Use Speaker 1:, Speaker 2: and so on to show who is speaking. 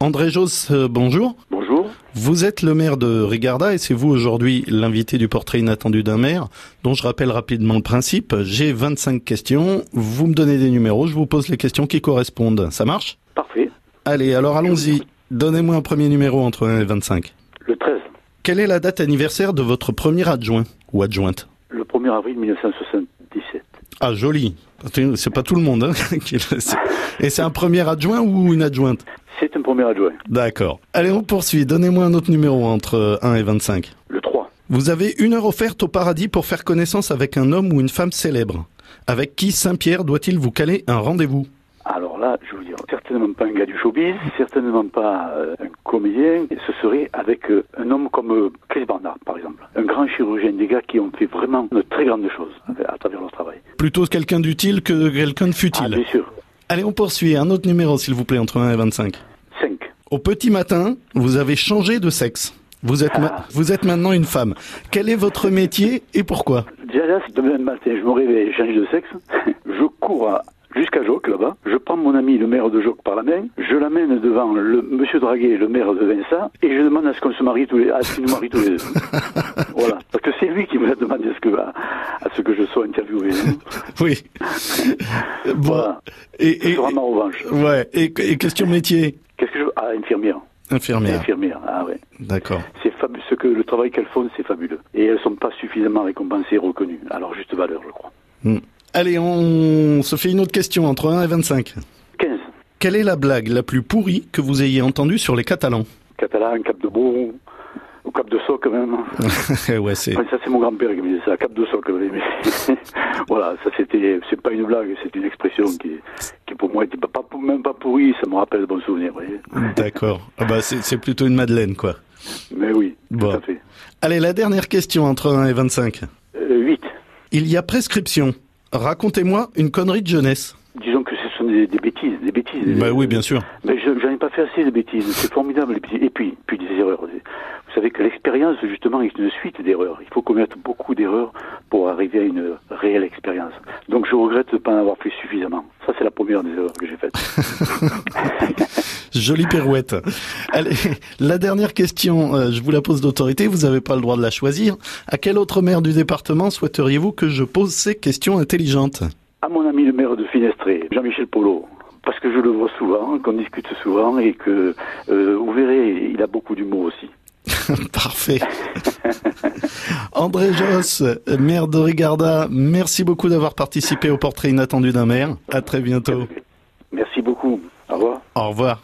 Speaker 1: André Jos, euh, bonjour.
Speaker 2: Bonjour.
Speaker 1: Vous êtes le maire de Rigarda et c'est vous aujourd'hui l'invité du portrait inattendu d'un maire dont je rappelle rapidement le principe. J'ai 25 questions, vous me donnez des numéros, je vous pose les questions qui correspondent. Ça marche
Speaker 2: Parfait.
Speaker 1: Allez, alors allons-y. Donnez-moi un premier numéro entre 1 et 25.
Speaker 2: Le 13,
Speaker 1: Quelle est la date anniversaire de votre premier adjoint ou adjointe
Speaker 2: le 1er avril 1977.
Speaker 1: Ah joli, c'est pas tout le monde. hein, qui le sait. Et c'est un premier adjoint ou une adjointe
Speaker 2: C'est un premier adjoint.
Speaker 1: D'accord. Allez, on poursuit. Donnez-moi un autre numéro entre 1 et 25.
Speaker 2: Le 3,
Speaker 1: Vous avez une heure offerte au paradis pour faire connaissance avec un homme ou une femme célèbre. Avec qui Saint-Pierre doit-il vous caler un rendez-vous
Speaker 2: alors là, je vous dire, certainement pas un gars du showbiz, certainement pas euh, un comédien, et ce serait avec euh, un homme comme euh, Chris Barnard, par exemple. Un grand chirurgien, des gars qui ont fait vraiment de très grandes choses euh, à travers leur travail.
Speaker 1: Plutôt quelqu'un d'utile que quelqu'un de
Speaker 2: Ah, bien
Speaker 1: futile.
Speaker 2: sûr.
Speaker 1: Allez, on poursuit. Un autre numéro, s'il vous plaît, entre 1 et 25.
Speaker 2: 5,
Speaker 1: Au petit matin, vous avez changé de sexe. Vous êtes, ma- vous êtes maintenant une femme. Quel est votre métier et pourquoi
Speaker 2: Déjà là, c'est demain matin, je me réveille, je change de sexe. Je cours à- jusqu'à Joc, là-bas. Je prends mon ami, le maire de Joc, par la main. Je l'amène devant le monsieur Draguet, le maire de Vincent. Et je demande à ce qu'on se marie tous les, à ce qu'ils nous marient tous les deux. voilà. Parce que c'est lui qui me l'a demandé à ce que, à, à ce que je sois interviewé.
Speaker 1: Oui. Bon.
Speaker 2: Voilà.
Speaker 1: Et,
Speaker 2: Ce
Speaker 1: et-
Speaker 2: sera ma revanche.
Speaker 1: ouais. Et, et question métier
Speaker 2: Qu'est-ce que je veux? Ah, infirmière.
Speaker 1: Infirmière.
Speaker 2: Infirmière. Ah ouais.
Speaker 1: D'accord.
Speaker 2: C'est fabuleux. Ce que le travail qu'elles font, c'est fabuleux. Et elles sont pas suffisamment récompensées et reconnues. Alors, juste valeur, je crois.
Speaker 1: Hmm. Allez, on se fait une autre question entre 1 et 25.
Speaker 2: 15.
Speaker 1: Quelle est la blague la plus pourrie que vous ayez entendue sur les Catalans
Speaker 2: Catalan, Cap de Beau, au Cap de Soc, même.
Speaker 1: Ouais, c'est.
Speaker 2: Enfin, ça, c'est mon grand-père qui me disait ça, cap de socle. Mais... voilà, ça, c'était, c'est pas une blague, c'est une expression qui, qui pour moi était pas, pas- même pas pourrie, ça me rappelle de bons souvenirs, vous voyez.
Speaker 1: D'accord. Ah bah, c'est c'est plutôt une madeleine, quoi.
Speaker 2: Mais oui,
Speaker 1: Bon.
Speaker 2: tout à fait. Euh,
Speaker 1: Allez, la dernière question entre 1 et 25.
Speaker 2: 8.
Speaker 1: Il y a prescription. Racontez-moi une connerie de jeunesse.
Speaker 2: Disons que ce sont des, des bêtises, des bêtises. des-
Speaker 1: Bah sûr.
Speaker 2: Mais je, j'en ai pas fait assez de bêtises, c'est formidable. les petits- Et puis, puis des erreurs. Vous savez que l'expérience, justement, est une suite d'erreurs. Il faut commettre beaucoup d'erreurs pour arriver à une réelle expérience. Donc je regrette de pas en avoir fait suffisamment. Ça, c'est la première des erreurs que j'ai faites.
Speaker 1: Jolie pirouette. Allez, la dernière question, euh, je vous la pose d'autorité, vous n'avez pas le droit de la choisir. À quel autre maire du département souhaiteriez-vous que je pose ces questions intelligentes
Speaker 2: à mon ami le maire de Finestré, Jean-Michel Polo, parce que je le vois souvent, qu'on discute souvent et que, euh, vous verrez, il a beaucoup d'humour aussi.
Speaker 1: Parfait. André Joss, maire de Rigarda, merci beaucoup d'avoir participé au portrait inattendu d'un maire. À très bientôt.
Speaker 2: Merci beaucoup. Au revoir.
Speaker 1: Au revoir.